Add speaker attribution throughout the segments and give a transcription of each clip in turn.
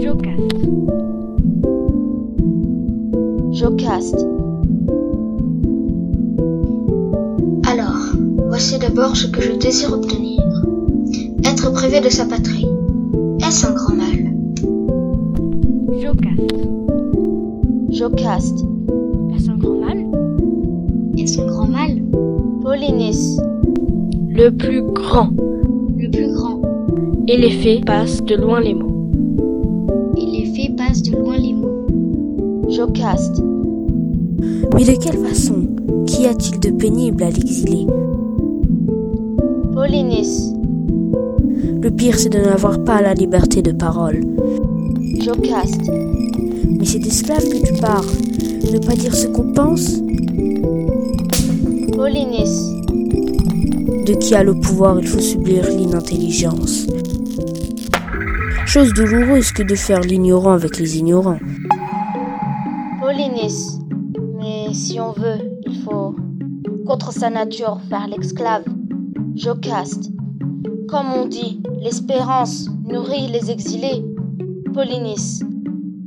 Speaker 1: Jocast.
Speaker 2: Jocast.
Speaker 3: Alors, voici d'abord ce que je désire obtenir. Être privé de sa patrie. Est-ce un grand mal
Speaker 1: Jocast.
Speaker 2: Jocaste.
Speaker 1: Est-ce un grand mal
Speaker 3: Est-ce un grand mal
Speaker 2: Polynice.
Speaker 4: le plus grand,
Speaker 3: Le plus grand.
Speaker 4: et les faits passent de loin les mots.
Speaker 3: Et les faits passent de loin les mots.
Speaker 2: Jocaste.
Speaker 5: Mais de quelle façon Qu'y a-t-il de pénible à l'exilé
Speaker 2: Polynice.
Speaker 5: Le pire, c'est de n'avoir pas la liberté de parole.
Speaker 2: Jocaste.
Speaker 5: Mais c'est d'esclaves que tu parles. Ne pas dire ce qu'on pense
Speaker 2: Polynice.
Speaker 5: De qui a le pouvoir, il faut subir l'inintelligence. Chose douloureuse que de faire l'ignorant avec les ignorants.
Speaker 2: Polynice. Mais si on veut, il faut, contre sa nature, faire l'esclave. Jocaste. Comme on dit, l'espérance nourrit les exilés. Polynice.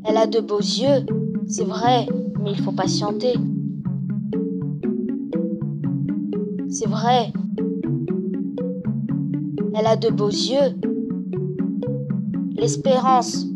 Speaker 2: Elle a de beaux yeux, c'est vrai, mais il faut patienter. C'est vrai. Elle a de beaux yeux. L'espérance